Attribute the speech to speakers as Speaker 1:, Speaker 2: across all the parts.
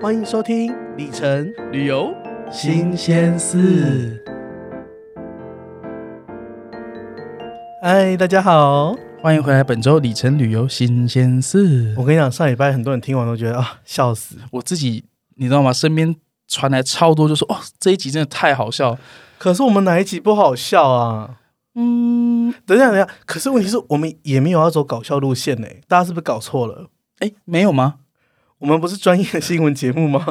Speaker 1: 欢迎收听李晨
Speaker 2: 旅游
Speaker 1: 新鲜事。嗨，大家好！
Speaker 2: 欢迎回来，本周里程旅游新鲜事。
Speaker 1: 我跟你讲，上礼拜很多人听完都觉得啊，笑死。
Speaker 2: 我自己你知道吗？身边传来超多，就说哦，这一集真的太好笑。
Speaker 1: 可是我们哪一集不好笑啊？
Speaker 2: 嗯，
Speaker 1: 等一下，等一下。可是问题是我们也没有要走搞笑路线呢、大家是不是搞错了？
Speaker 2: 哎，没有吗？
Speaker 1: 我们不是专业的新闻节目 吗？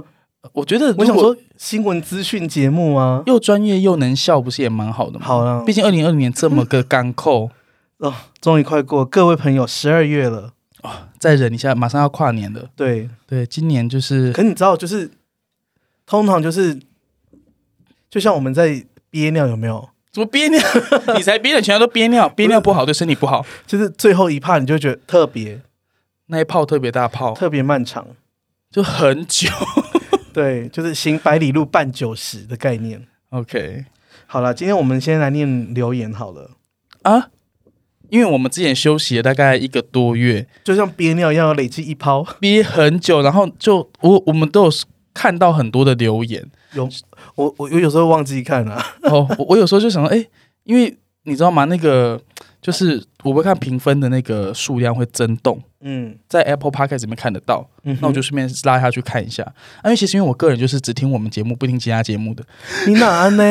Speaker 2: 我觉得
Speaker 1: 我想
Speaker 2: 如果
Speaker 1: 说新闻资讯节目啊。
Speaker 2: 又专业又能笑，不是也蛮好的吗？
Speaker 1: 好了
Speaker 2: 毕，竟二零二零年这么个 干扣，
Speaker 1: 哦，终于快过，各位朋友，十二月了。
Speaker 2: 再忍一下，马上要跨年了。
Speaker 1: 对，
Speaker 2: 对，今年就是
Speaker 1: 可你知道，就是通常就是，就像我们在憋尿，有没有？
Speaker 2: 怎么憋尿？ 你才憋尿，全家都憋尿，憋尿不好，对身体不 好。
Speaker 1: 就是最后一趴，你就觉得特别
Speaker 2: 那一泡特别大泡，
Speaker 1: 特别漫长。
Speaker 2: 就很久。
Speaker 1: 对，就是行百里路半九十的概念。
Speaker 2: OK
Speaker 1: 好了，今天我们先来念留言好了，
Speaker 2: 啊，因为我们之前休息了大概一个多月，
Speaker 1: 就像憋尿一样，累积一泡。
Speaker 2: 憋很久，然后就我我们都有看到很多的留言。
Speaker 1: 有我我我有时候忘记看了、啊，
Speaker 2: 哦，我我有时候就想说，哎、因为你知道吗？那个就是我会看评分的那个数量会增动，
Speaker 1: 嗯，
Speaker 2: 在 Apple Podcast 里面看得到。
Speaker 1: 嗯哼
Speaker 2: 那我就顺便拉下去看一下。啊，因为其实因为我个人就是只听我们节目，不听其他节目的，
Speaker 1: 你哪安 呢？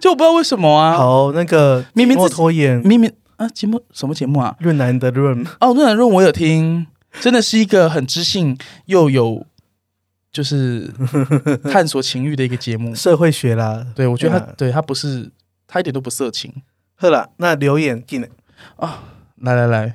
Speaker 2: 就我不知道为什么啊，
Speaker 1: 好，那个
Speaker 2: 明明
Speaker 1: 莫
Speaker 2: 自己
Speaker 1: 拖延
Speaker 2: 明明啊节目什么节目啊？
Speaker 1: 润南的润，
Speaker 2: 哦，论坛论我有听，真的是一个很知性又有就是 探索情欲的一个节目。
Speaker 1: 社会学啦。
Speaker 2: 对，我觉得他
Speaker 1: 对啊
Speaker 2: 对他不是他一点都不色情。
Speaker 1: 好了，那留言进来
Speaker 2: 来来来，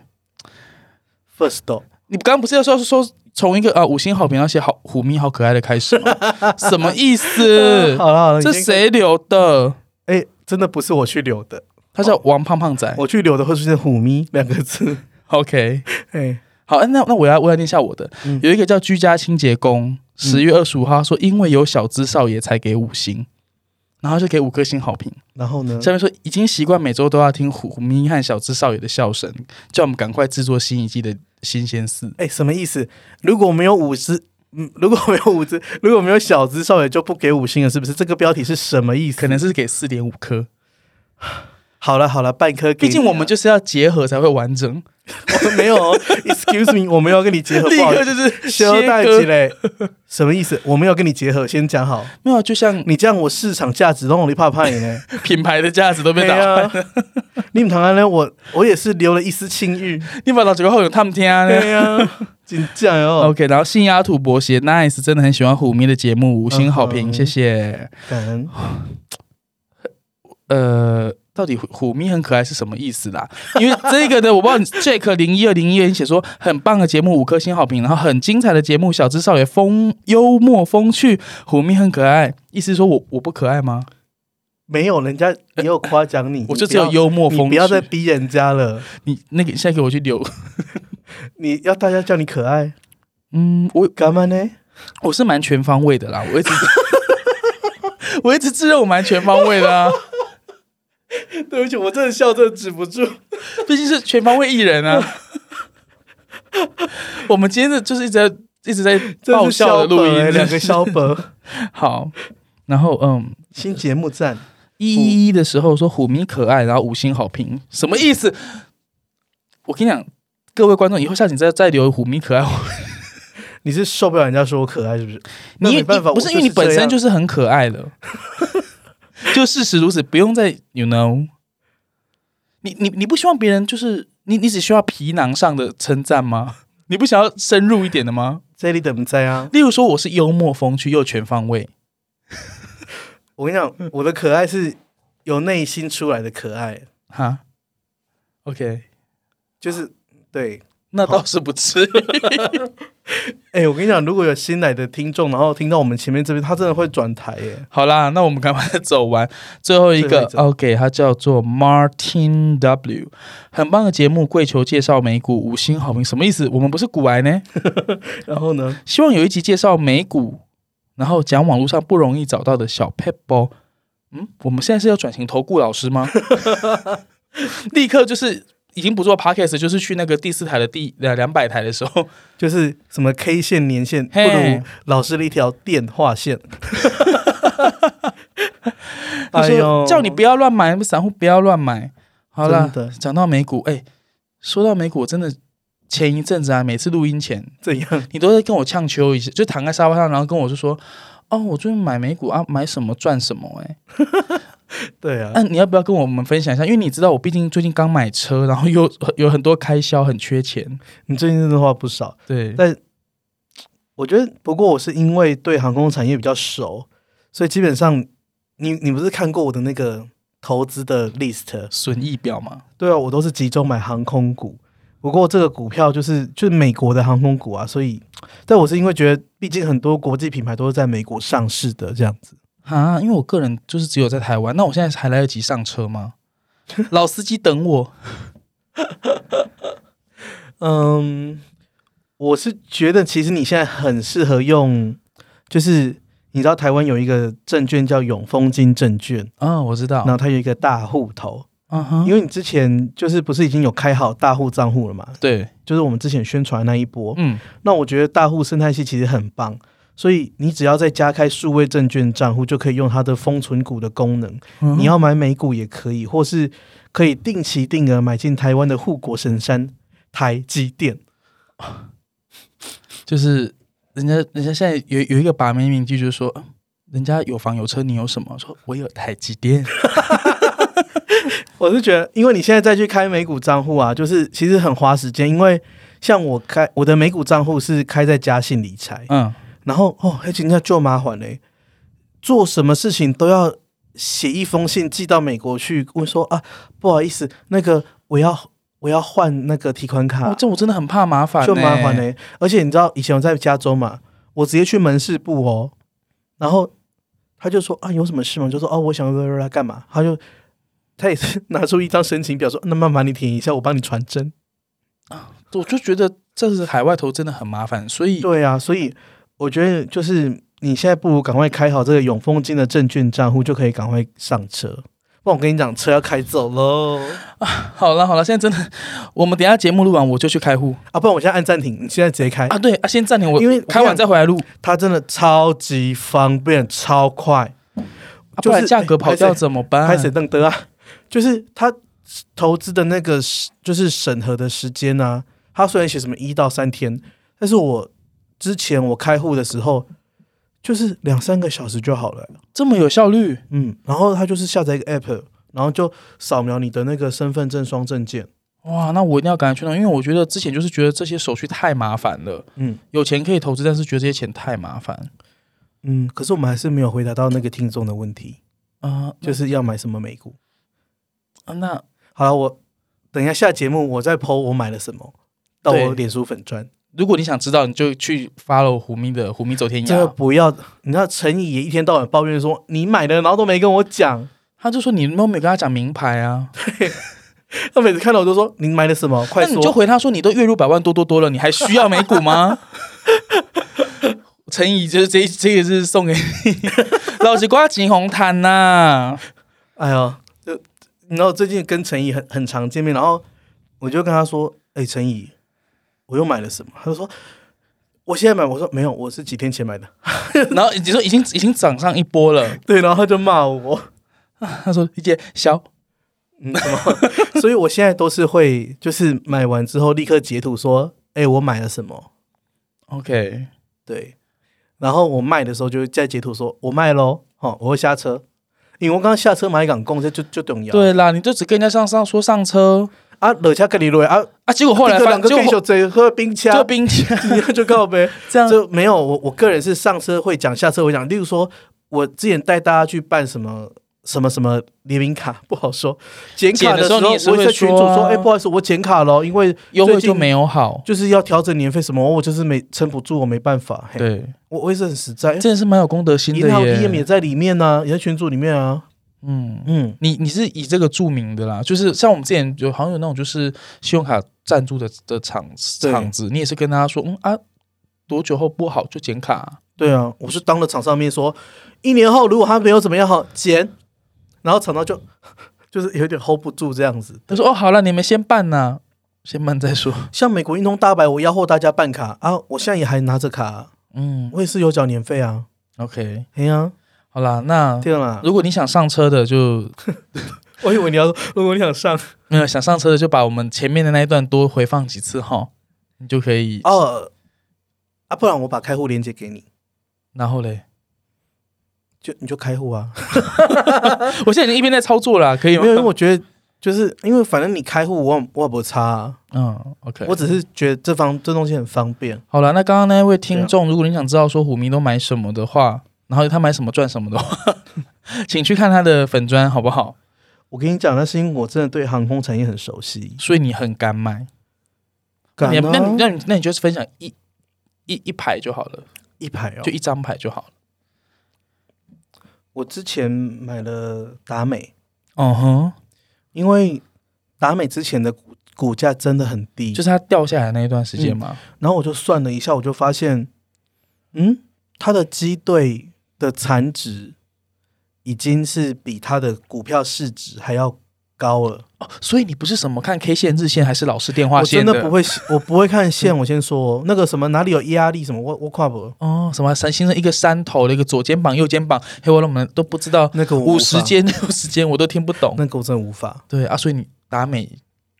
Speaker 1: first door，
Speaker 2: 你刚刚不是要说说从一个啊、五星好评那些好虎咪好可爱的开始 吗？什么意思？
Speaker 1: 好了好了，
Speaker 2: 呃这
Speaker 1: 你先？
Speaker 2: 谁留的？
Speaker 1: 哎、真的不是我去留的，
Speaker 2: 他叫王胖胖仔。
Speaker 1: 我去留的会出现“虎咪”两个 字。
Speaker 2: OK，
Speaker 1: 哎、
Speaker 2: 好，那那我要我要念一下我的，
Speaker 1: 嗯
Speaker 2: 有一个叫居家清洁工，十月二十五号他说因为有小资少爷才给五星，然后就给五颗星好评。
Speaker 1: 然后呢？
Speaker 2: 下面说已经习惯每周都要听虎虎咪和小智少爷的笑声，叫我们赶快制作新一季的新鲜事。
Speaker 1: 哎、什么意思？如果没有五只，嗯，如果没有五只， 如果没有小只少爷就不给五星了，是不是？这个标题是什么意思？
Speaker 2: 可能是给四点五颗，
Speaker 1: 好了好了，半颗给
Speaker 2: 毕
Speaker 1: 你啊。
Speaker 2: 竟我们就是要结合才会完整。
Speaker 1: 我们没有哦，excuse me，我们要跟你结合，
Speaker 2: 立
Speaker 1: 不好意
Speaker 2: 刻
Speaker 1: 思，
Speaker 2: 就是
Speaker 1: 修
Speaker 2: 切
Speaker 1: 带起
Speaker 2: 割，
Speaker 1: 来，什么意思？我们要跟你结合，先讲好。
Speaker 2: 没有，就像
Speaker 1: 你这样，我市场价值让我怕怕你 呢。
Speaker 2: 品牌的价值都被打
Speaker 1: 哎呀
Speaker 2: 坏。
Speaker 1: 你们唐安呢？我我也是留了一丝清誉。
Speaker 2: 你把老几个后友他们听啊。
Speaker 1: 对呀、 紧张哦。
Speaker 2: OK，然后信鸭土伯鞋 Nice 真的很喜欢虎咪的节目，五星好
Speaker 1: 嗯
Speaker 2: 评，
Speaker 1: 哼
Speaker 2: 谢谢。
Speaker 1: 感恩。
Speaker 2: 呃，到底虎虎咪很可爱是什么意思啦？ 因为这个呢，我不知道你 Jack 零一二零一零写说很棒的节目，五颗星好评，然后很精彩的节目，小资少爷风幽默风趣，虎咪很可爱，意思是说我我不可爱吗？
Speaker 1: 没有，人家也有夸奖你，
Speaker 2: 我
Speaker 1: 你
Speaker 2: 就
Speaker 1: 不
Speaker 2: 只有
Speaker 1: 要
Speaker 2: 幽默
Speaker 1: 你
Speaker 2: 风
Speaker 1: 不
Speaker 2: 趣。
Speaker 1: 要再逼人家了，
Speaker 2: 你那个现在给我去留，
Speaker 1: 你要大家叫你可爱，
Speaker 2: 嗯，我
Speaker 1: 干嘛呢？
Speaker 2: 我是蛮全方位的啦，我一直 我一直自认我蛮全方位的啊，
Speaker 1: 对不起，我真的笑真的止不住。
Speaker 2: 毕竟是全方位艺人啊。 我们今天的就是一直在一直在
Speaker 1: 这
Speaker 2: 爆
Speaker 1: 是
Speaker 2: 笑
Speaker 1: 肖
Speaker 2: 的录
Speaker 1: 本欸
Speaker 2: 音，
Speaker 1: 两个肖本，
Speaker 2: 好，然后嗯，
Speaker 1: 新节目赞，
Speaker 2: 一一一的时候说虎迷可爱，然后五星好评，什么意思？我跟你讲，各位观众，以后下次你再再留虎迷可爱，我
Speaker 1: 你是受不了人家说我可爱是不是？ 那
Speaker 2: 你
Speaker 1: 没办法，
Speaker 2: 你不是
Speaker 1: 我
Speaker 2: 因为你本身就是是很可爱 了，就事实如此，不用再 you know，你你你不希望别人就是你你只需要皮囊上的称赞吗？你不想要深入一点的吗？
Speaker 1: 这里怎么在啊？
Speaker 2: 例如说，我是幽默风趣又全方位，
Speaker 1: 我跟你讲，我的可爱是由内心出来的可爱，
Speaker 2: 哈，OK，
Speaker 1: 就是对。
Speaker 2: 那倒是不至于。
Speaker 1: 哎、我跟你讲，如果有新来的听众，然后听到我们前面这边，他真的会转台耶。
Speaker 2: 好啦，那我们赶快走完最后一
Speaker 1: 最
Speaker 2: 个
Speaker 1: 后一。则
Speaker 2: OK，它叫做 Martin W，很棒的节目，跪求介绍美股五星好评，什么意思？我们不是股癌呢？
Speaker 1: 然后呢，
Speaker 2: 希望有一集介绍美股，然后讲网络上不容易找到的小 p e b b l 嗯，我们现在是要转型投顾老师吗？立刻就是已经不做 podcast，就是去那个第四台的第呃两百台的时候，
Speaker 1: 就是什么 K 线、年线，不
Speaker 2: 嘿
Speaker 1: 如老师的一条电话 线。
Speaker 2: 他
Speaker 1: 哎呦
Speaker 2: 说，叫你不要乱买，散户不要乱买。好了
Speaker 1: 真的，
Speaker 2: 讲到美股，哎、说到美股，我真的前一阵子啊，每次录音前，
Speaker 1: 怎样？
Speaker 2: 你都在跟我呛秋一下，就躺在沙发上，然后跟我就说。哦，我最近买美股啊，买什么赚什么哎、
Speaker 1: 对啊
Speaker 2: 那、，你要不要跟我们分享一下？因为你知道我毕竟最近刚买车，然后又 有很多开销，很缺钱。
Speaker 1: 你最近真的话不少。
Speaker 2: 对，
Speaker 1: 但我觉得，不过我是因为对航空产业比较熟，所以基本上你你不是看过我的那个投资的 list？
Speaker 2: 损益表嘛，
Speaker 1: 对啊，我都是集中买航空股。不过这个股票就是就是美国的航空股啊，所以但我是因为觉得，毕竟很多国际品牌都是在美国上市的这样子。
Speaker 2: 啊，因为我个人就是只有在台湾，那我现在还来得及上车吗？ 老司机等我。
Speaker 1: 嗯，我是觉得其实你现在很适合用，就是你知道台湾有一个证券叫永丰金证券，
Speaker 2: 啊，我知道
Speaker 1: 然。后它有一个大户头，
Speaker 2: 嗯哼，
Speaker 1: 因为你之前就是不是已经有开好大户账户了嘛？
Speaker 2: 对，
Speaker 1: 就是我们之前宣传那一波。
Speaker 2: 嗯，
Speaker 1: 那我觉得大户生态系其实很棒，所以你只要再加开数位证券账户，就可以用它的封存股的功能。
Speaker 2: 嗯
Speaker 1: 你要买美股也可以，或是可以定期定额买进台湾的护国神山台积电。
Speaker 2: 就是人家人家现在有有一个把妹名句，就是说。嗯人家有房有车，你有什么？说我有台积 电，
Speaker 1: 我是觉得，因为你现在再去开美股账户啊，就是其实很花时间，因为像我开我的美股账户是开在嘉信理财。
Speaker 2: 嗯，
Speaker 1: 然后哦，而且人家就麻烦嘞，做什么事情都要写一封信寄到美国去，问说啊，不好意思，那个我要我要换那个提款卡，
Speaker 2: 哦这我真的很怕麻烦、
Speaker 1: 嗯就麻烦。嘞。而且你知道以前我在加州嘛，我直接去门市部哦，然后他就说啊，有什么事吗？就说哦，我想来干嘛？他就他也是 拿出一张申请表说，那麻烦你填一下，我帮你传真。
Speaker 2: 我就觉得这是海外投真的很麻烦，所以
Speaker 1: 对啊，所以我觉得就是你现在不如赶快开好这个永丰金的证券账户，就可以赶快上车。不然我跟你讲，车要开走喽
Speaker 2: 好了好了，现在真的， 我们等一下节目录完我就去开户
Speaker 1: 啊！不然我现在按暂停，你现在直接开，
Speaker 2: 啊。对啊，先暂停我，
Speaker 1: 哎因为
Speaker 2: 开完再回来录，
Speaker 1: 它真的超级方便，超快，
Speaker 2: 啊
Speaker 1: 就是
Speaker 2: 不然价格跑
Speaker 1: 哎
Speaker 2: 掉
Speaker 1: 拍谁
Speaker 2: 怎么办？
Speaker 1: 开始瞪得啊！ 就是它投资的那个时就是审核的时间啊，它虽然写什么一到三天，但是我之前我开户的时候就是两三个小时就好了、
Speaker 2: 这么有效率？
Speaker 1: 嗯，然后他就是下载一个 app，然后就扫描你的那个身份证双证件。
Speaker 2: 哇，那我一定要赶快去弄，因为我觉得之前就是觉得这些手续太麻烦了。
Speaker 1: 嗯
Speaker 2: 有钱可以投资，但是觉得这些钱太麻烦。
Speaker 1: 嗯，可是我们还是没有回答到那个听众的问题，
Speaker 2: 啊、
Speaker 1: 就是要买什么美股。
Speaker 2: 啊那
Speaker 1: 好了，我等一下下节目我再 PO 我买了什么，到
Speaker 2: 对
Speaker 1: 我脸书粉砖。
Speaker 2: 如果你想知道，你就去 follow 胡咪的胡咪走天
Speaker 1: 真的
Speaker 2: 涯。
Speaker 1: 不要，你知道陈怡也一天到晚抱怨说你买的，然后都没跟我讲。
Speaker 2: 他就说你都没有跟他讲名牌啊，
Speaker 1: 他每次看到我都说你买了什么，快
Speaker 2: 那你就
Speaker 1: 说。
Speaker 2: 回他说你都月入百万多多多了，你还需要美股吗？ 陈怡就是这这个是送给你，老子瓜秦红毯呐、
Speaker 1: 哎呀，就你知道最近跟陈怡很很常见面，然后我就跟他说：“哎、陈怡，我又买了什么？”他就说：“我现在买。”我说：“没有，我是几天前买的。
Speaker 2: 然后你说已经已经涨上一波了，”
Speaker 1: 对，然后他就骂我，
Speaker 2: 他说一姐小
Speaker 1: 嗯，什么？ 所以我现在都是会，就是买完之后立刻截图说：“哎、我买了什么
Speaker 2: OK，？”
Speaker 1: 对，然后我卖的时候就再截图说：“我卖喽，哦，我会下车。”因为我刚刚下车买港共，这就就重要。
Speaker 2: 对啦，你就只跟人家上上说上车
Speaker 1: 啊，落车跟你落啊，
Speaker 2: 啊，结果后来
Speaker 1: 一个两
Speaker 2: 发
Speaker 1: 个
Speaker 2: 结
Speaker 1: 跟
Speaker 2: 果
Speaker 1: 小嘴喝冰
Speaker 2: 就
Speaker 1: 枪，
Speaker 2: 冰箱
Speaker 1: 就告呗。
Speaker 2: 这样
Speaker 1: 就没有我我个人是上车会讲，下车会讲。例如说，我之前带大家去办什么什么什么联名卡，不好说。剪
Speaker 2: 剪
Speaker 1: 卡
Speaker 2: 的
Speaker 1: 时
Speaker 2: 时候你也是
Speaker 1: 我
Speaker 2: 会
Speaker 1: 在群主
Speaker 2: 说啊
Speaker 1: 说：“哎、不好意思，我剪卡喽，因为
Speaker 2: 优惠
Speaker 1: 最
Speaker 2: 就
Speaker 1: 近
Speaker 2: 没有好。
Speaker 1: 就是要调整年费什么，我就是没撑不住，我没办法。嘿”
Speaker 2: 对，
Speaker 1: 我我也是很实在。哎
Speaker 2: 真的是蛮有公德心
Speaker 1: 银行
Speaker 2: 的
Speaker 1: PM 也
Speaker 2: 耶。
Speaker 1: 在里面呢、也在群组里面啊。
Speaker 2: 嗯，
Speaker 1: 嗯，
Speaker 2: 你你是以这个著名的啦，就是像我们之前有好像有那种就是信用卡赞助的的厂
Speaker 1: 对
Speaker 2: 厂子，你也是跟他说，嗯啊，多久后不好就剪卡啊、
Speaker 1: 对啊，我是当了厂商面说，一年后如果他没有怎么样好剪，然后厂商就。 就是有点 hold 不住这样子。
Speaker 2: 他说：“哦，好了，你们先办呐、先办再说。
Speaker 1: 像美国运通大白，我要货大家办卡啊，我现在也还拿着卡啊、”
Speaker 2: 嗯
Speaker 1: 我也是有缴年费啊。
Speaker 2: ，OK，
Speaker 1: 哎呀、
Speaker 2: 好啦，那
Speaker 1: 对啊啦，
Speaker 2: 如果你想上车的就，
Speaker 1: 我以为你要说，如果你想上
Speaker 2: 没有想上车的就把我们前面的那一段多回放几次哈，你就可以。
Speaker 1: 哦，啊，不然我把开户链接给你，
Speaker 2: 然后嘞，
Speaker 1: 就你就开户 啊。
Speaker 2: 我现在已经一边在操作了，可以
Speaker 1: 没有，因为
Speaker 2: 吗？
Speaker 1: 我觉得就是因为反正你开户我也我也不差、啊，
Speaker 2: 嗯，OK，
Speaker 1: 我只是觉得这方这东西很方便。
Speaker 2: 好了，那刚刚那位
Speaker 1: 啊
Speaker 2: 听众，如果你想知道说虎迷都买什么的话，然后他买什么赚什么的话， 请去看他的粉砖好不好？
Speaker 1: 我跟你讲，那是因为我真的对航空产业很熟悉。
Speaker 2: 所以你很敢买，
Speaker 1: 敢
Speaker 2: 你那你
Speaker 1: 啊，
Speaker 2: 那你那你就是分享一一一排就好了，
Speaker 1: 一排哦
Speaker 2: 就。一张牌就好了。
Speaker 1: 我之前买了达美，
Speaker 2: 哦
Speaker 1: 嗯
Speaker 2: 哼，
Speaker 1: 因为达美之前的股股价真的很低，
Speaker 2: 就是它掉下来那一段时间嘛。
Speaker 1: 然后我就算了一下，我就发现，嗯，它的机队的残值已经是比它的股票市值还要高了。
Speaker 2: 哦，所以你不是什么看 K 线、日线还是老式电
Speaker 1: 嗯
Speaker 2: 话
Speaker 1: 我
Speaker 2: 线
Speaker 1: 真的不
Speaker 2: 会
Speaker 1: 会，我不会看 线。我先说那个什么哪里有压力什么，我我跨不
Speaker 2: 哦，什么三星生一个山头的一个左肩膀、右肩膀，嘿，我我们都不知道
Speaker 1: 那个我无
Speaker 2: 五
Speaker 1: 法
Speaker 2: 十，间、六十间我都听不懂。
Speaker 1: 那个我真的无法。
Speaker 2: 对啊，所以你达美，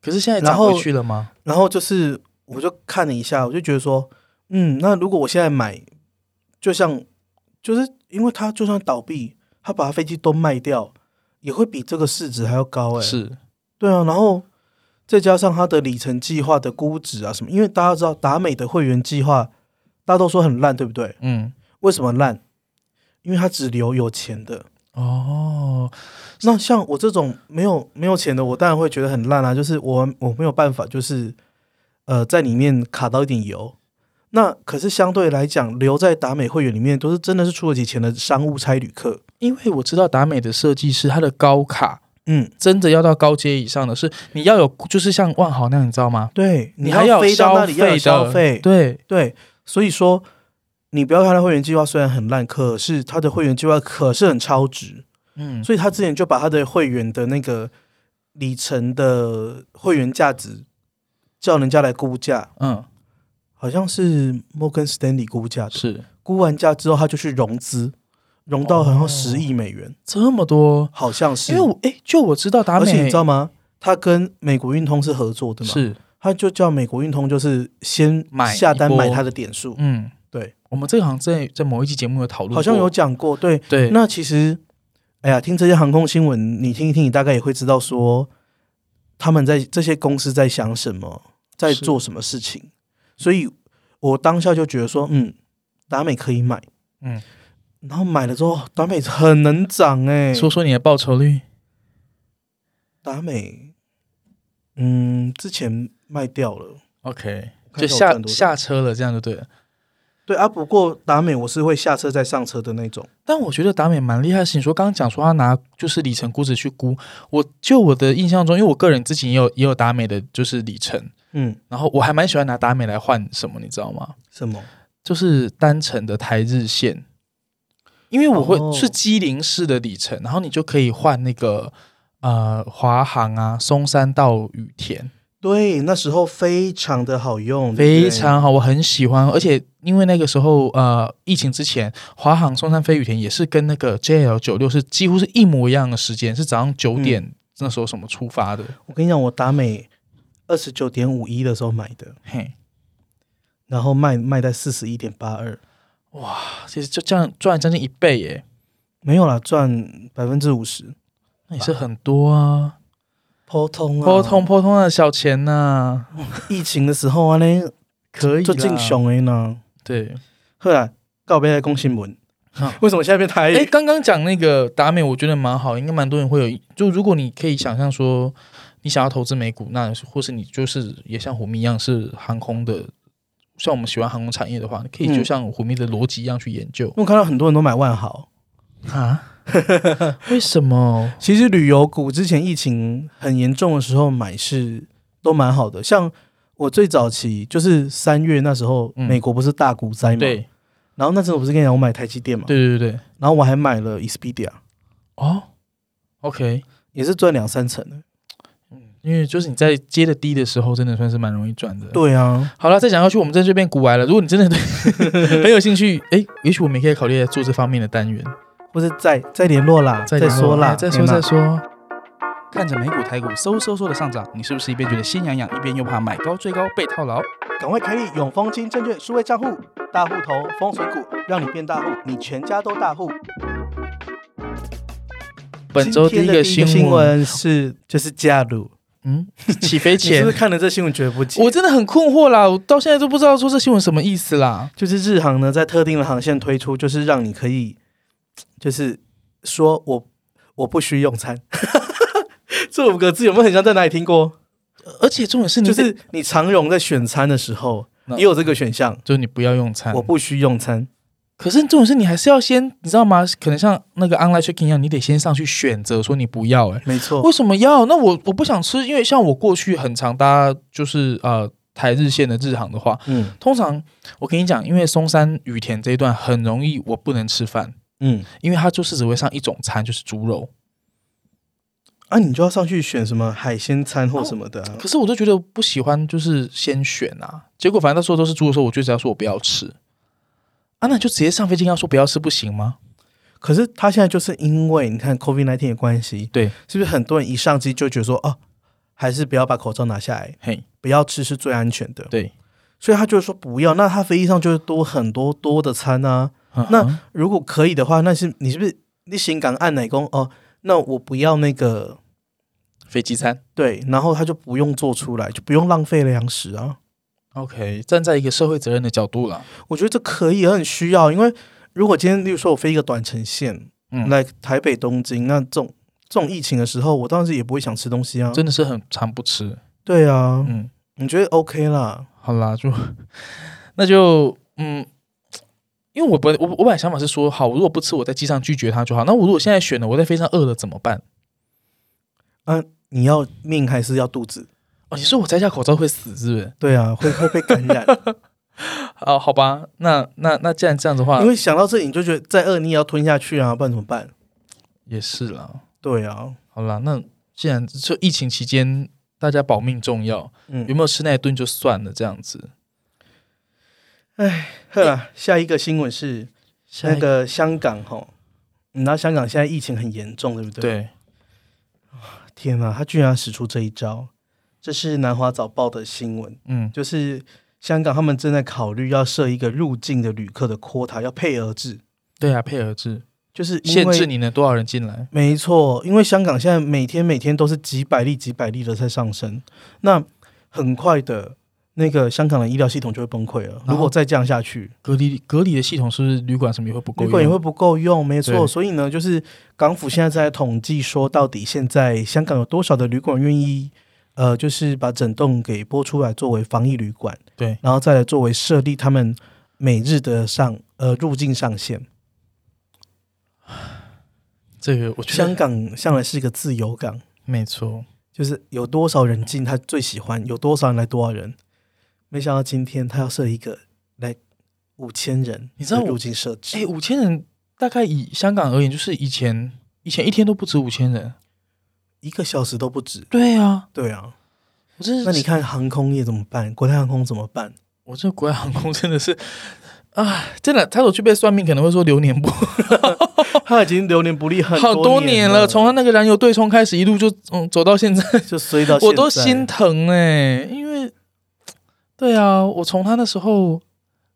Speaker 2: 可是现在
Speaker 1: 然
Speaker 2: 涨回
Speaker 1: 后
Speaker 2: 去了吗？
Speaker 1: 然后就是我就看了一下，我就觉得说，嗯，那如果我现在买，就像就是因为它就算倒闭，它把它飞机都卖掉，也会比这个市值还要高哎、
Speaker 2: 是，
Speaker 1: 对啊，然后再加上它的里程计划的估值啊什么，因为大家知道达美的会员计划，大家都说很烂，对不对？
Speaker 2: 嗯，
Speaker 1: 为什么烂？因为它只留有钱的。
Speaker 2: 哦，
Speaker 1: 那像我这种没有没有钱的，我当然会觉得很烂啊。就是我我没有办法，就是呃在里面卡到一点油。那可是相对来讲，留在达美会员里面都是真的是出得起钱的商务差旅客。
Speaker 2: 因为我知道达美的设计师，他的高卡
Speaker 1: 嗯，
Speaker 2: 真的要到高阶以上的是，你要有就是像万豪那样，你知道吗？
Speaker 1: 对，你
Speaker 2: 还要
Speaker 1: 飞到那里要有消
Speaker 2: 消
Speaker 1: 费，
Speaker 2: 对，
Speaker 1: 对，所以说你不要看它会员计划虽然很烂，可是它的会员计划可是很超值，
Speaker 2: 嗯，
Speaker 1: 所以他之前就把他的会员的那个里程的会员价值叫人家来估价，
Speaker 2: 嗯，
Speaker 1: 好像是摩根斯丹利估价的，
Speaker 2: 是
Speaker 1: 估完价之后他就去融资，融到好像十亿美元，
Speaker 2: 这么多，
Speaker 1: 好像是，
Speaker 2: 哦因为我哎，就我知道达
Speaker 1: 而且
Speaker 2: 美，
Speaker 1: 你知道吗？他跟美国运通是合作的嘛，
Speaker 2: 是，
Speaker 1: 他就叫美国运通就是先
Speaker 2: 买
Speaker 1: 下
Speaker 2: 一
Speaker 1: 单买
Speaker 2: 波
Speaker 1: 他的点数，
Speaker 2: 嗯，
Speaker 1: 对，
Speaker 2: 我们这个好像在在某一期节目有讨论过，
Speaker 1: 好像有讲过，对，
Speaker 2: 对，
Speaker 1: 那其实，哎呀，听这些航空新闻，你听一听，你大概也会知道说，他们在这些公司在想什么，在
Speaker 2: 是
Speaker 1: 做什么事情。所以我当下就觉得说，嗯，达美可以买，
Speaker 2: 嗯，
Speaker 1: 然后买了之后，达美很能涨哎、
Speaker 2: 说说你的报酬率，
Speaker 1: 达美，嗯，之前卖掉了。
Speaker 2: OK，
Speaker 1: 看
Speaker 2: 就
Speaker 1: 一下我
Speaker 2: 下
Speaker 1: 赚多少
Speaker 2: 下车了，这样就对了。
Speaker 1: 对啊，不过达美我是会下车再上车的那种。
Speaker 2: 但我觉得达美蛮厉害的是，你说刚刚讲说他拿就是里程估值去估，我就我的印象中，因为我个人之前也有也有达美的就是里程，
Speaker 1: 嗯，
Speaker 2: 然后我还蛮喜欢拿达美来换什么，你知道吗？
Speaker 1: 什么？
Speaker 2: 就是单程的台日线，因为我会、
Speaker 1: 哦
Speaker 2: 是机灵式的里程，然后你就可以换那个呃华航啊，松山到羽田，
Speaker 1: 对，那时候非常的好用，对不
Speaker 2: 非
Speaker 1: 嗯对
Speaker 2: 常好，我很喜欢，而且因为那个时候呃，疫情之前，华航松山飞羽田也是跟那个 JL 九六是几乎是一模一样的时间，是早上九点、
Speaker 1: 嗯
Speaker 2: 那时候什么出发的，
Speaker 1: 我跟你讲，我达美二十九点五一的时候买的，
Speaker 2: 嘿，
Speaker 1: 然后卖卖在四十一点八二，
Speaker 2: 啊其实就这样赚将近一倍耶，
Speaker 1: 没有啦，赚百分之五十，
Speaker 2: 那也是很多啊，
Speaker 1: 普通啊，
Speaker 2: 破通破通的小钱呐、
Speaker 1: 疫情的时候啊 呢，
Speaker 2: 可以
Speaker 1: 就
Speaker 2: 啦
Speaker 1: 进熊哎呢。
Speaker 2: 对。
Speaker 1: 后来告别来攻新闻
Speaker 2: 好，
Speaker 1: 为什么现在变台
Speaker 2: 哎，
Speaker 1: 语？
Speaker 2: 刚刚讲那个达美，我觉得蛮好，应该蛮多人会有。就如果你可以想象说，你想要投资美股，那或是你就是也像虎迷一样是航空的，像我们喜欢航空产业的话，你可以就
Speaker 1: 嗯
Speaker 2: 像虎迷的逻辑一样去研究
Speaker 1: 我看到很多人都买万豪，
Speaker 2: 啊？ 为什么？
Speaker 1: 其实旅游股之前疫情很严重的时候买是都蛮好的，像我最早期就是三月那时候，
Speaker 2: 嗯
Speaker 1: 美国不是大股灾嘛，
Speaker 2: 对
Speaker 1: 然后那时候我不是跟你讲我买台积电嘛，
Speaker 2: 对对对对，
Speaker 1: 然后我还买了 Expedia。
Speaker 2: 哦，OK，
Speaker 1: 也是赚两三成的。
Speaker 2: 因为就是你在接的低的时候，真的算是蛮容易赚的。
Speaker 1: 对啊，
Speaker 2: 好了，再讲下去，我们真的就变古玩了。如果你真的对 很有兴趣，哎、也许我们也可以考虑做这方面的单元。
Speaker 1: 或者再再联络啦，再
Speaker 2: 联络
Speaker 1: 说啦，
Speaker 2: 哎再
Speaker 1: 哎
Speaker 2: 说
Speaker 1: 嘛
Speaker 2: 再说。看着美股、台股嗖嗖嗖的上涨，你是不是一边觉得心痒痒，一边又怕买高追高被套牢？
Speaker 1: 赶快开立永丰金证券数位账户，大户头风水股，让你变大户，你全家都大户。
Speaker 2: 本周第
Speaker 1: 今
Speaker 2: 一
Speaker 1: 天的
Speaker 2: 个
Speaker 1: 新
Speaker 2: 新闻，
Speaker 1: 闻是就是架乳，
Speaker 2: 嗯， 起飞
Speaker 1: 你是
Speaker 2: 前
Speaker 1: 不是，看了这新闻觉得不解？
Speaker 2: 我真的很困惑啦，我到现在都不知道说这新闻什么意思啦。
Speaker 1: 就是日航呢，在特定的航线推出，就是让你可以，就是说我我不需用餐， 这五个字有没有很像在哪里听过？
Speaker 2: 而且重点是你
Speaker 1: 就
Speaker 2: 得，
Speaker 1: 是你常荣在选餐的时候，
Speaker 2: 嗯那嗯
Speaker 1: 也有这个选项，
Speaker 2: 就是你不要用餐
Speaker 1: 我。不需用餐。
Speaker 2: 可是重点是你还是要先，你知道吗？可能像那个 online checking 一样，你得先上去选择说你不要、欸。
Speaker 1: 没错，
Speaker 2: 为什么要？那我我不想吃，因为像我过去很常搭就是呃台日线的日航的话，
Speaker 1: 嗯
Speaker 2: 通常我跟你讲，因为松山羽田这一段很容易我不能吃饭，
Speaker 1: 嗯，
Speaker 2: 因为它就是只会上一种餐，就是猪肉。
Speaker 1: 啊，你就要上去选什么海鲜餐或什么的啊、
Speaker 2: 可是我就觉得不喜欢，就是先选啊。结果反正到时候都是猪的时候，我就只要说我不要吃。啊，那你就直接上飞机跟他说不要吃不行吗？
Speaker 1: 可是他现在就是因为你看 COVID 1 9的关系，
Speaker 2: 对，
Speaker 1: 是不是很多人一上机就觉得说，哦，还是不要把口罩拿下来，
Speaker 2: 嘿，
Speaker 1: 不要吃是最安全的。
Speaker 2: 对，
Speaker 1: 所以他就说不要。那他飞机上就是多很多多的餐啊。那
Speaker 2: 嗯哼
Speaker 1: 如果可以的话，那是你是不是你行港按奶工哦？那我不要那个
Speaker 2: 飞机餐。
Speaker 1: 对，然后他就不用做出来，就不用浪费粮食啊。
Speaker 2: OK，站在一个社会责任的角度啦，
Speaker 1: 我觉得这可以，也很需要，因为如果今天，例如说我飞一个短程线，
Speaker 2: 嗯
Speaker 1: 来台北、东京，那这种这种疫情的时候，我当时也不会想吃东西啊。
Speaker 2: 真的是很常不吃。
Speaker 1: 对啊，
Speaker 2: 嗯，
Speaker 1: 你觉得 OK 啦？
Speaker 2: 好啦，就 那就嗯，因为我本我我本来想法是说，好，我如果不吃，我在机上拒绝他就好。那我如果现在选了，我在飞机上饿了怎么办？
Speaker 1: 你要命还是要肚子？
Speaker 2: 哦，你说我摘下口罩会死是不是？
Speaker 1: 对 啊，会会被感染。
Speaker 2: 啊，好吧，那那那既然这样子的话
Speaker 1: 因，为想到这里，你就觉得再饿你也要吞下去啊，不然怎么办？
Speaker 2: 也是啦。
Speaker 1: 对啊，
Speaker 2: 好啦，那既然就疫情期间大家保命重要，有
Speaker 1: 嗯，
Speaker 2: 没有吃那一顿就算了，这样子。
Speaker 1: 呵啦，下一个新闻是
Speaker 2: 下
Speaker 1: 那
Speaker 2: 一
Speaker 1: 个香港吼，你知道香港现在疫情很严重，对不对？，
Speaker 2: 对，
Speaker 1: 天哪，他居然使出这一招，这是南华早报的新闻，
Speaker 2: 嗯
Speaker 1: 就是香港他们正在考虑要设一个入境的旅客的 quota，要配额制，
Speaker 2: 对啊，配额制
Speaker 1: 就是因
Speaker 2: 限制
Speaker 1: 为
Speaker 2: 你能多少人进来。
Speaker 1: 没错，因为香港现在每天每天都是几百例、几百例的在上升，那很快的那个香港的医疗系统就会崩溃了。
Speaker 2: 然
Speaker 1: 如
Speaker 2: 后
Speaker 1: 果再这样下去，
Speaker 2: 隔离隔离的系统是不是旅馆什么也会不够
Speaker 1: 旅
Speaker 2: 用？
Speaker 1: 馆也会不够用，没错。
Speaker 2: 对
Speaker 1: 所以呢，就是港府现在在统计说，到底现在香港有多少的旅馆愿意，呃，就是把整栋给拨出来作为防疫旅馆，
Speaker 2: 对，
Speaker 1: 然后再来作为设立他们每日的上呃入境上限。
Speaker 2: 这个我觉
Speaker 1: 香
Speaker 2: 得
Speaker 1: 港向来是一个自由港，
Speaker 2: 没错。
Speaker 1: 就是有多少人进他最喜欢，有多少人来多少人。没想到今天他要设一个来五千人，
Speaker 2: 你知道我
Speaker 1: 入境设置，
Speaker 2: 哎，五千人大概以香港而言，就是以前以前一天都不止五千人。
Speaker 1: 一个小时都不止。
Speaker 2: 对啊，
Speaker 1: 对啊，
Speaker 2: 我真是
Speaker 1: 那你看航空业怎么办？国泰航空怎么办？
Speaker 2: 我这国外航空真的是，啊，真的，他有去被算命，可能会说流年不
Speaker 1: 他已经流年不利 很
Speaker 2: 好多
Speaker 1: 年
Speaker 2: 年了，从他那个燃油对冲开始，一路就嗯走到现在，
Speaker 1: 就衰到现在
Speaker 2: 我都心疼哎、因为对啊，我从他那时候，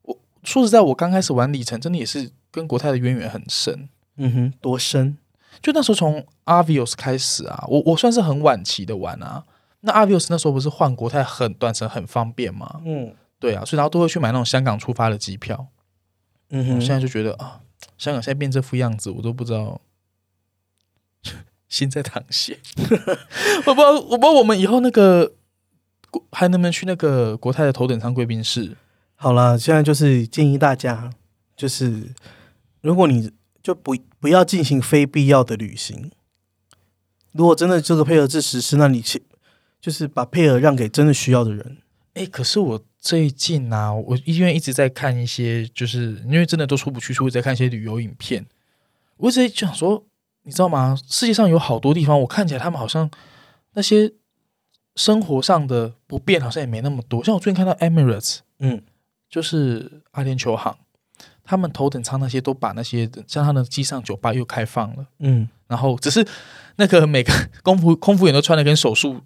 Speaker 2: 我说实在，我刚开始玩里程，真的也是跟国泰的渊源很深。
Speaker 1: 嗯哼多深
Speaker 2: 就那时候从 Avios 开始啊，我我算是很晚期的玩啊。那 Avios 那时候不是换国泰很短程很方便吗？
Speaker 1: 嗯
Speaker 2: 对啊，所以然后都会去买那种香港出发的机票。
Speaker 1: 嗯
Speaker 2: 我
Speaker 1: 哼
Speaker 2: 现在就觉得啊，香港现在变这副样子，我都不知道 心在淌血。 我不知道，我不知道我们以后那个国还能不能去那个国泰的头等舱贵宾室？
Speaker 1: 好了，现在就是建议大家，就是如果你就不不要进行非必要的旅行。如果真的这个配额制实施，那你其就是把配额让给真的需要的人。
Speaker 2: 哎，可是我最近啊，我因为一直在看一些，就是因为真的都出不去，所以我在看一些旅游影片。我一直在想说，你知道吗？世界上有好多地方，我看起来他们好像那些生活上的不便好像也没那么多。像我最近看到 Emirates，
Speaker 1: 嗯，
Speaker 2: 就是阿联酋航，他们头等舱那些都把那些像他们的机上酒吧又开放了，
Speaker 1: 嗯，
Speaker 2: 然后只是那个每个 空服空服员都穿的跟手术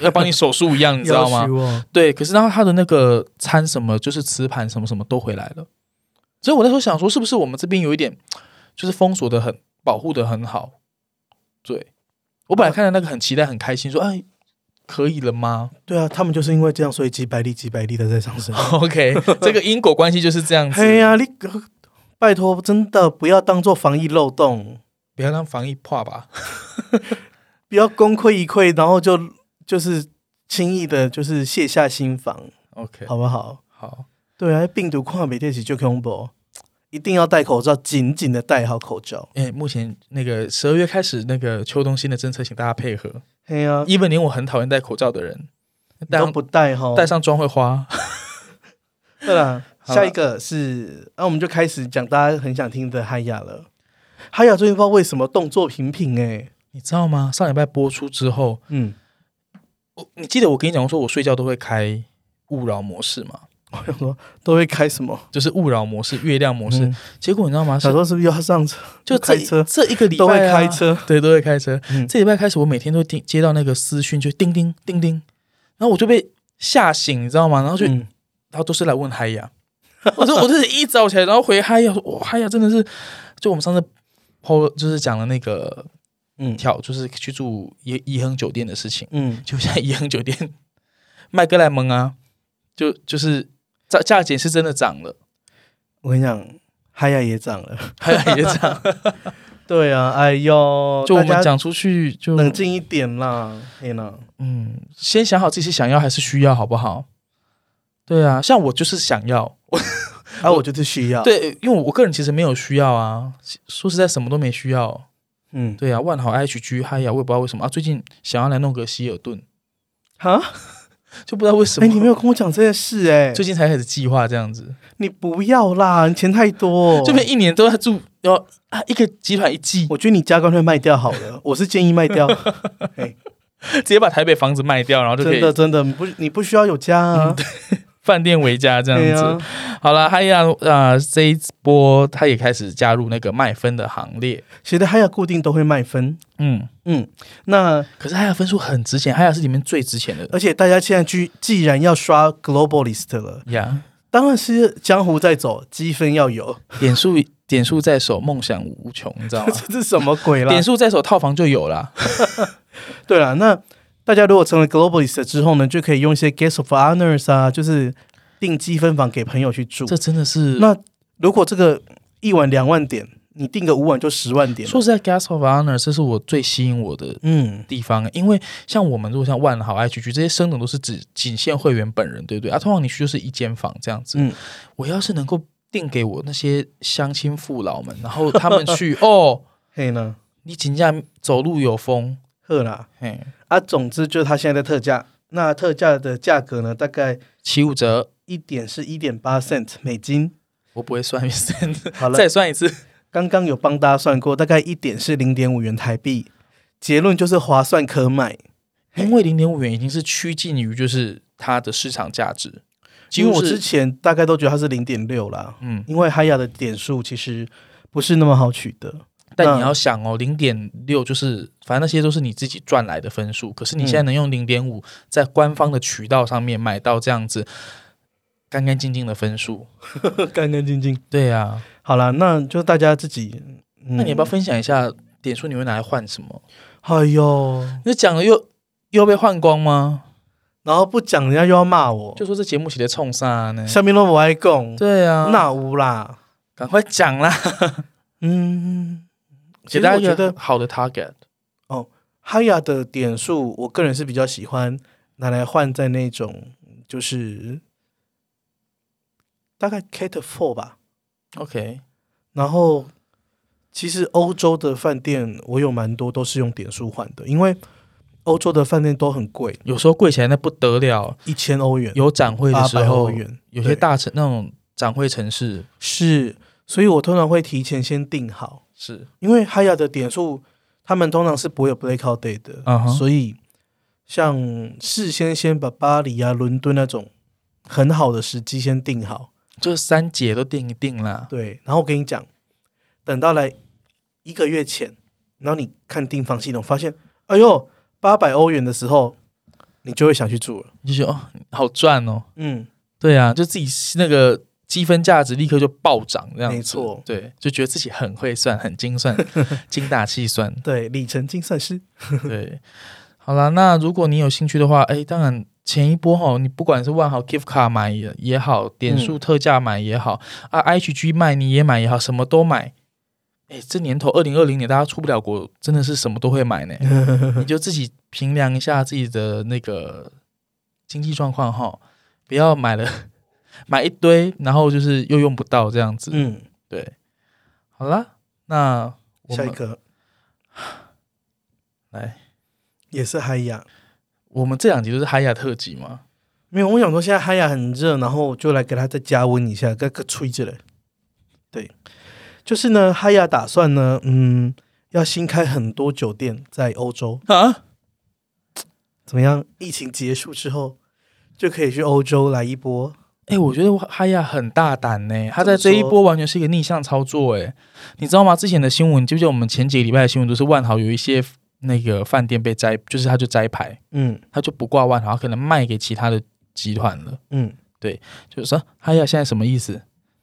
Speaker 2: 要帮你手术一样，你知道吗？
Speaker 1: 吗？
Speaker 2: 对，可是然后他的那个餐什么，就是瓷盘什么什么都回来了。所以我那时候想说，是不是我们这边有一点，就是封锁的很，保护的很好？对，我本来看到那个很期待，很开心，说哎，可以了吗
Speaker 1: 对啊，他们就是因为这样，所以几百例几百例的在上升。
Speaker 2: ？OK，这 个因果关系哦就是这样子。
Speaker 1: 嘿呀、你呃拜托，真的不要当做防疫漏洞，
Speaker 2: 不要让防疫破吧。
Speaker 1: 不要功亏一篑，然后就就是轻易的，就是卸下心防，
Speaker 2: OK，
Speaker 1: 好不好？
Speaker 2: 好，
Speaker 1: 对啊，病毒跨媒体起就恐怖，一定要戴口罩，紧紧的戴好口罩。
Speaker 2: 哎，目前那个十二月开始那个秋冬新的政策，请大家配合。
Speaker 1: 嘿啊呀、
Speaker 2: even 连我很讨厌戴口罩的人，
Speaker 1: 你
Speaker 2: 戴
Speaker 1: 都不戴哈，
Speaker 2: 戴上妆会花。
Speaker 1: 对啦，
Speaker 2: 好了
Speaker 1: 下一个是，啊那、我们就开始讲大家很想听的嗨雅了。嗨雅最近不知道为什么动作频频哎，
Speaker 2: 你知道吗？上礼拜播出之后，
Speaker 1: 嗯，
Speaker 2: 我你记得我跟你讲，我说我睡觉都会开勿扰模式嘛，
Speaker 1: 我想说都会开什么
Speaker 2: 就是勿扰模式、月亮
Speaker 1: 模
Speaker 2: 模式。
Speaker 1: 式？
Speaker 2: 结果你知道吗？
Speaker 1: 小
Speaker 2: 是
Speaker 1: 时候是不是又要上车？
Speaker 2: 就这
Speaker 1: 嗯开车
Speaker 2: 这一 个礼拜、
Speaker 1: 都
Speaker 2: 啊、
Speaker 1: 会开，车，
Speaker 2: 对，都会开车。
Speaker 1: 嗯
Speaker 2: 这礼拜开始，我每天都听接到那个私讯，就叮叮叮叮，然后我就被吓醒，你知道吗？然后就、
Speaker 1: 嗯
Speaker 2: 然后都是来问嗨呀，我就我就是一早起来，然后回嗨呀，说哇嗨呀，真的是，就我们上次。抛就是讲了那个
Speaker 1: 嗯
Speaker 2: 跳，就是去住怡怡恒酒店的事情。
Speaker 1: 嗯，
Speaker 2: 就像怡恒酒店麦格莱蒙啊，就就是价价钱是真的涨了，
Speaker 1: 我跟你讲，嗨雅也涨了。
Speaker 2: 还有也涨。
Speaker 1: 对啊，哎呦，
Speaker 2: 就我
Speaker 1: 大
Speaker 2: 们
Speaker 1: 家
Speaker 2: 讲出去就
Speaker 1: 冷静一点啦，天呐，
Speaker 2: 嗯，先想好自己想要还是需要，好不好？对啊，像我就是想要，
Speaker 1: 啊，我就是需要，，
Speaker 2: 对，因为我个人其实没有需要啊，说实在什么都没需要。
Speaker 1: 嗯，
Speaker 2: 对啊，万豪 H G 嗨呀，我也不知道为什么啊，最近想要来弄个希尔顿，
Speaker 1: 哈，
Speaker 2: 就不知道为什
Speaker 1: 哎，
Speaker 2: 么。
Speaker 1: 你没有跟我讲这件事哎，
Speaker 2: 最近才开始计划这样子，
Speaker 1: 你不要啦，你钱太多，
Speaker 2: 这边一年都要住要啊一个集团一季，
Speaker 1: 我觉得你家干脆卖掉好了， 我是建议卖掉。嘿
Speaker 2: 直接把台北房子卖掉，然后就可
Speaker 1: 真
Speaker 2: 以
Speaker 1: 的真的，你不你不需要有家啊，
Speaker 2: 饭店为家这样子。
Speaker 1: 子。
Speaker 2: 好了，嗨呀，呃，这一波他也开始加入那个卖分的行列。
Speaker 1: 其实还要固定都会卖分，
Speaker 2: 嗯，
Speaker 1: 嗯，那
Speaker 2: 可是嗨呀分数很值钱，嗨呀是里面最值钱的。
Speaker 1: 而且大家现在居既然要刷 Globalist 了，
Speaker 2: 呀、
Speaker 1: 当然是江湖在走，积分要有，
Speaker 2: 点数点数在手，梦想无穷，你知道吗？
Speaker 1: 这是什么鬼啦
Speaker 2: 点？数在手，套房就 有了。
Speaker 1: 对啦，那大家如果成为 Globalist 之后呢，就可以用一些 Guest of Honors 啊，就是订积分房给朋友去住。
Speaker 2: 这真的是，
Speaker 1: 那如果这个一晚两万点，你订个五晚就十万点了
Speaker 2: 说实在，Gas of Honor 这是我最吸引我的
Speaker 1: 嗯，
Speaker 2: 地方，因为像我们如果像万豪、IHG 这些升等都是只仅限会员本人，对不对？啊，通常你去就是一间房这样子。
Speaker 1: 嗯
Speaker 2: 我要是能够订给我那些乡亲父老们，然后他们 去哦，
Speaker 1: 嘿呢，
Speaker 2: 你请假走路有风，
Speaker 1: 呵啦
Speaker 2: 嘿，
Speaker 1: 啊，总之就是它现在在特价，那特价的价格呢，大概
Speaker 2: 七五折，
Speaker 1: 一点是一点八 cent 美金。
Speaker 2: 我不会算一次，
Speaker 1: 好了，
Speaker 2: 再算一次。
Speaker 1: 刚刚有帮大家算过，大概一点是零点五元台币，结论就是划算可买。
Speaker 2: 因为零点五元已经是趋近于就是它的市场价值，几
Speaker 1: 因为
Speaker 2: 乎
Speaker 1: 我之
Speaker 2: 是
Speaker 1: 前大概都觉得它是零点六啦，
Speaker 2: 嗯，
Speaker 1: 因为海雅的点数其实不是那么好取得。
Speaker 2: 但你要想哦，零点六就是反正那些都是你自己赚来的分数，可是你现在能用零点五在官方的渠道上面买到这样子干干净净的分数，
Speaker 1: 干干净净。
Speaker 2: 对啊，
Speaker 1: 好啦，那就大家自己。嗯
Speaker 2: 那你要不要？分享一下点数你会拿来换什么？
Speaker 1: 哎呦，
Speaker 2: 你讲了又又被换光吗？
Speaker 1: 然后不讲人家又要骂我，
Speaker 2: 就说这节目写的冲啥呢？
Speaker 1: 下面都不爱讲，
Speaker 2: 对啊，
Speaker 1: 那无啦。
Speaker 2: 赶快讲啦，
Speaker 1: 嗯，
Speaker 2: 给
Speaker 1: 其实
Speaker 2: 大家
Speaker 1: 我
Speaker 2: 一
Speaker 1: 觉得
Speaker 2: 个好的 target。
Speaker 1: 哈雅的点数，我个人是比较喜欢拿来换在那种就是大概 Cat Four 吧。
Speaker 2: OK，
Speaker 1: 然后其实欧洲的饭店我有蛮多都是用点数换的，因为欧洲的饭店都很贵，
Speaker 2: 有时候贵起来那不得了，
Speaker 1: 一千欧元、
Speaker 2: 有展会的
Speaker 1: 八
Speaker 2: 时
Speaker 1: 百欧
Speaker 2: 候，
Speaker 1: 元，
Speaker 2: 有些
Speaker 1: 对
Speaker 2: 大城那种展会城市
Speaker 1: 是，所以我通常会提前先订好，
Speaker 2: 是
Speaker 1: 因为哈雅的点数他们通常是不会有 blackout day 的
Speaker 2: 嗯哼
Speaker 1: 所以像事先先把巴黎啊、伦敦那种很好的时机先定好，
Speaker 2: 就是三节都定一定啦。
Speaker 1: 对，然后我跟你讲，等到来一个月前，然后你看订房系统，发现哎呦八百欧元的时候，你就会想去住了，
Speaker 2: 你就觉得哦，好赚哦。
Speaker 1: 嗯，
Speaker 2: 对啊，就自己那个积分价值立刻就暴涨，这样子
Speaker 1: 没错
Speaker 2: 对，就觉得自己很会算，很 精算，精打细算。
Speaker 1: 对，里程精算师，
Speaker 2: 对，好啦，那如果你有兴趣的话，哎，当然前一波哈，你不管是万豪 gift 卡买也也好，点数特价买也好，啊，HG 卖你也买也好，什么都买。哎，这年头二零二零年，大家出不了国，真的是什么都 会买呢。你就自己评量一下自己的那个经济状况哈，不要买了 买一堆，然后就是又用不到这样子。
Speaker 1: 嗯，
Speaker 2: 对，好啦，那我
Speaker 1: 下
Speaker 2: 们
Speaker 1: 一个
Speaker 2: 来，
Speaker 1: 也是嗨呀。
Speaker 2: 我们这两集就是嗨呀特辑嘛。
Speaker 1: 没有，我想说现在嗨呀很热，然后就来给它再加温一下，给它吹着嘞。对，就是呢，嗨呀打算呢，嗯，要新开很多酒店在欧洲，
Speaker 2: 啊，
Speaker 1: 怎么样？疫情结束之后就可以去欧洲来一波。
Speaker 2: 哎、我觉得哈亚很大胆呢、他在这
Speaker 1: 怎么
Speaker 2: 一
Speaker 1: 说
Speaker 2: 波完全是一个逆向操作、哎，你知道吗？之前的新闻，你记不记得我们前几个礼拜的新闻都是万豪有一些那个饭店被摘，就是他就摘牌，
Speaker 1: 嗯
Speaker 2: 他就不挂万豪，他可能卖给其他的集团了。
Speaker 1: 嗯，
Speaker 2: 就是说哈亚现在什么意思？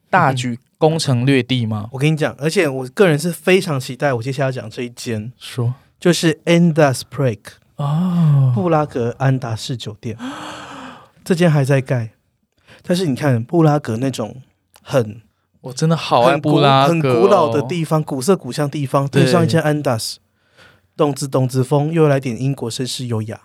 Speaker 2: 大举攻城略地吗？
Speaker 1: 我跟你讲，而且我个人是非常期待我接下来讲这一间，
Speaker 2: 说
Speaker 1: 就是 Andas Break
Speaker 2: 哦，
Speaker 1: 布拉格安达仕酒店， 这间还在盖，但是你看布拉格那种很
Speaker 2: 我真的好爱
Speaker 1: 很古
Speaker 2: 布拉格、哦
Speaker 1: 很古老的，地方，古色古香地方，
Speaker 2: 对
Speaker 1: 对上一间安达斯，动子动子风，又来点英国绅士优雅，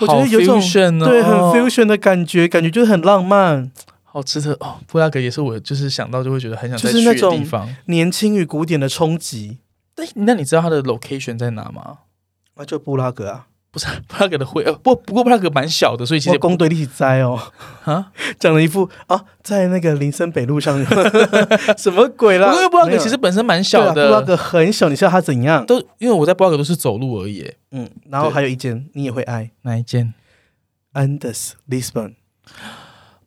Speaker 1: 我觉得有一种
Speaker 2: 好 fusion 哦、
Speaker 1: 对，很 fusion 的感觉，感觉就是很浪漫，
Speaker 2: 好值得哦。布拉格也是我就是想到就会觉得很想
Speaker 1: 就
Speaker 2: 再
Speaker 1: 是
Speaker 2: 去
Speaker 1: 那
Speaker 2: 的
Speaker 1: 种
Speaker 2: 地方。
Speaker 1: 年轻与古典的冲击，
Speaker 2: 那那你知道它的 location 在哪吗？
Speaker 1: 那就布拉格啊，
Speaker 2: 不是布拉格的会，呃，不不过布拉格蛮小的，所以其实
Speaker 1: 我
Speaker 2: 也不
Speaker 1: 公对立灾哦，
Speaker 2: 啊，
Speaker 1: 讲了一副啊，在那个林森北路上， 什么鬼
Speaker 2: 不
Speaker 1: 啦？
Speaker 2: 过布拉
Speaker 1: 没
Speaker 2: 格
Speaker 1: 有
Speaker 2: 其实本身蛮
Speaker 1: 对啊
Speaker 2: 小
Speaker 1: 布拉
Speaker 2: 的，
Speaker 1: 格很小，你知道它怎样？
Speaker 2: 都因为我在布拉格都是走路而已耶。
Speaker 1: 嗯，然后
Speaker 2: 对
Speaker 1: 还有一间你也会爱
Speaker 2: 哪一间？
Speaker 1: 安德斯 Lisbon，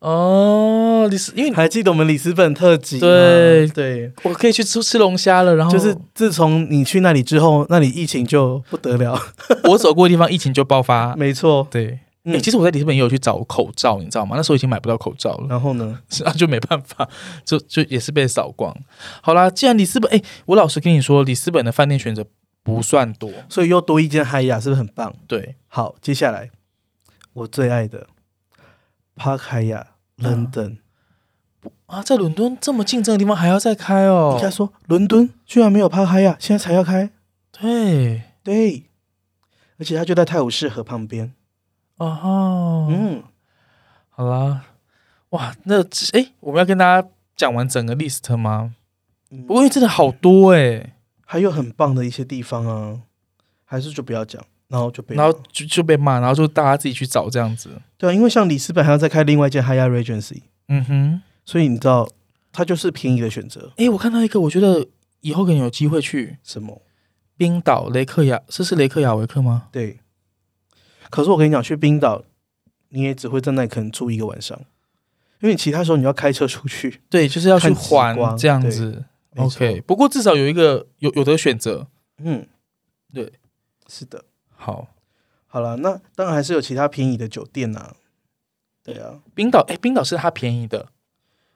Speaker 2: 哦，你是因为
Speaker 1: 还记得我们里斯本特辑吗？
Speaker 2: 对哦
Speaker 1: 对。
Speaker 2: 我可以去吃吃龙虾了，然后
Speaker 1: 就是自从你去那里之后，那里疫情就不得了。
Speaker 2: 我走过的地方，疫情就爆发。
Speaker 1: 没错，
Speaker 2: 对，欸
Speaker 1: 嗯
Speaker 2: 诶其实我在里斯本也有去找口罩，你知道吗？那时候已经买不到口罩了，
Speaker 1: 然后呢？
Speaker 2: 那、就没办法，就就也是被扫光。好啦，既然里斯本，哎，我老实跟你说，里斯本的饭店选择不算多，
Speaker 1: 所以又多一间嗨雅，是不是很棒？
Speaker 2: 对，
Speaker 1: 好，接下来我最爱的 Park 海雅 London，、
Speaker 2: 啊，在伦敦这么竞争的地方还要再开哦
Speaker 1: 人？家说伦敦居然没有 Park 海雅，现在才要开。
Speaker 2: 对，
Speaker 1: 对，而且它就在泰晤士河旁边。
Speaker 2: 哦吼，
Speaker 1: 嗯，
Speaker 2: 好啦，哇，那哎，我们要跟大家讲完整个 list 吗？
Speaker 1: 嗯
Speaker 2: 不过因为真的好多哎、
Speaker 1: 还有很棒的一些地方啊，还是就不要讲，然后就被
Speaker 2: 然后就就被骂，然后就大家自己去找这样子。
Speaker 1: 对啊，因为像里斯本还要再开另外一间 Higher Regency，
Speaker 2: 嗯哼，
Speaker 1: 所以你知道它就是便宜的选择。
Speaker 2: 哎，我看到一个，我觉得以后可能有机会去
Speaker 1: 什么？
Speaker 2: 冰岛雷克雅，这是雷克雅维克吗？
Speaker 1: 对。可是我跟你讲，去冰岛，你也只会在那里可能住一个晚上，因为你其他时候你要开车出 去。
Speaker 2: 对，就是要去
Speaker 1: 看极
Speaker 2: 还
Speaker 1: 光
Speaker 2: 这样子。
Speaker 1: 没错
Speaker 2: OK，不过至少有一个有有的选择。
Speaker 1: 嗯，
Speaker 2: 对，
Speaker 1: 是的。
Speaker 2: 好，
Speaker 1: 好了，那当然还是有其他便宜的酒店呐、对啊，
Speaker 2: 冰岛，哎，冰岛是它便宜的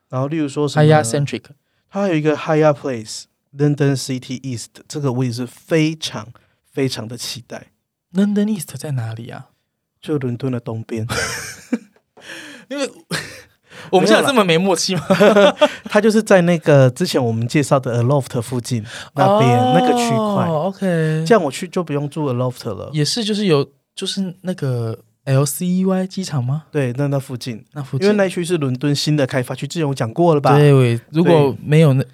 Speaker 1: 然后例如说什么
Speaker 2: ，Haya
Speaker 1: 呢，
Speaker 2: Centric。
Speaker 1: 它还有一个 Higher Place London City East，这个我也是非常非常的期待，
Speaker 2: London East 在哪里啊？
Speaker 1: 就伦敦的东边。
Speaker 2: 因为我们现在有这么没默契吗？
Speaker 1: 它就是在那个之前我们介绍的 Aloft 附近那边、那个区块，
Speaker 2: 哦，OK，
Speaker 1: 这样我去就不用住 Aloft 了。
Speaker 2: 也是就是有就是那个 LCY 机场吗？
Speaker 1: 对，那那附近，
Speaker 2: 那附
Speaker 1: 因
Speaker 2: 近？
Speaker 1: 为那区是伦敦新的开发区，之前我讲过了吧？
Speaker 2: 对，我如果没有那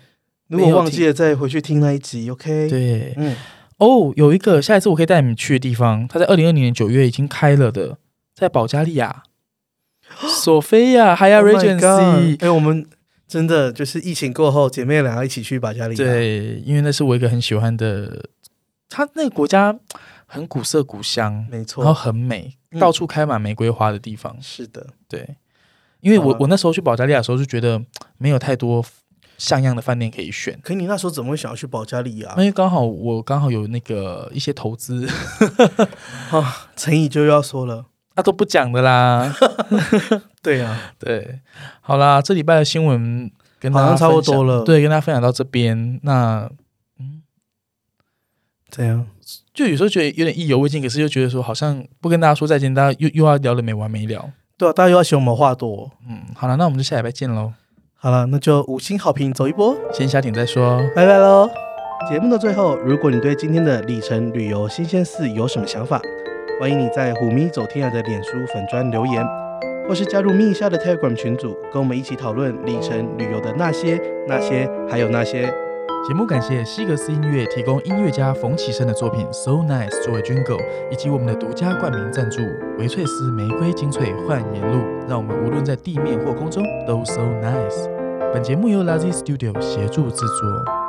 Speaker 1: 如果忘记了再回去听那一集，OK？，
Speaker 2: 对
Speaker 1: 嗯，
Speaker 2: 哦，有一个下一次我可以带你们去的地方，它在二零二零年九月已经开了的，在保加利亚。索菲亚 Higher
Speaker 1: Oh my
Speaker 2: Regency，、
Speaker 1: God 哎，我们真的就是疫情过后，姐妹俩要一起去吧，家里。，
Speaker 2: 对，因为那是我一个很喜欢的它那个国家很古色古香，
Speaker 1: 没
Speaker 2: 然后
Speaker 1: 错，
Speaker 2: 很美，
Speaker 1: 嗯
Speaker 2: 到处开满玫瑰花的地方。
Speaker 1: 是的，
Speaker 2: 对，因为我、
Speaker 1: 啊
Speaker 2: 我那时候去保加利亚的时候就觉得没有太多像样的饭店可以选。啊
Speaker 1: 可你那时候怎么会想要去保加利亚
Speaker 2: 因？为刚好我刚好有那个一些投资，
Speaker 1: 啊，陈毅就要说了，
Speaker 2: 那、都不讲 的啦。
Speaker 1: 对啊，
Speaker 2: 对，好啦，这礼拜的新闻跟大
Speaker 1: 好
Speaker 2: 家
Speaker 1: 像差不
Speaker 2: 分享
Speaker 1: 多了
Speaker 2: 对，跟大家分享到这边，那
Speaker 1: 怎样？
Speaker 2: 就有时候觉得有点意犹未尽，可是又觉得说好像不跟大家说再见，大家又又要聊的没完没了。
Speaker 1: 对啊，大家又要嫌我们话多哦。
Speaker 2: 嗯，好了，那我们就下礼拜见喽，
Speaker 1: 好了，那就五星好评走一波，
Speaker 2: 先下点再说。
Speaker 1: 拜拜喽。节目的最后，如果你对今天的里程旅游新鲜事有什么想法，欢迎你在虎咪走天涯的脸书粉砖留言，或是加入咪一下的 Telegram 群组，跟我们一起讨论里程旅游的那些、那些，还有那些。
Speaker 2: 节目感谢西格斯音乐提供音乐家冯启生的作品《So Nice》作为 Jingle，以及我们的独家冠名赞助维翠斯玫瑰精粹焕颜露，让我们无论在地面或空中都 So Nice。本节目由 Lazy Studio 协助制作。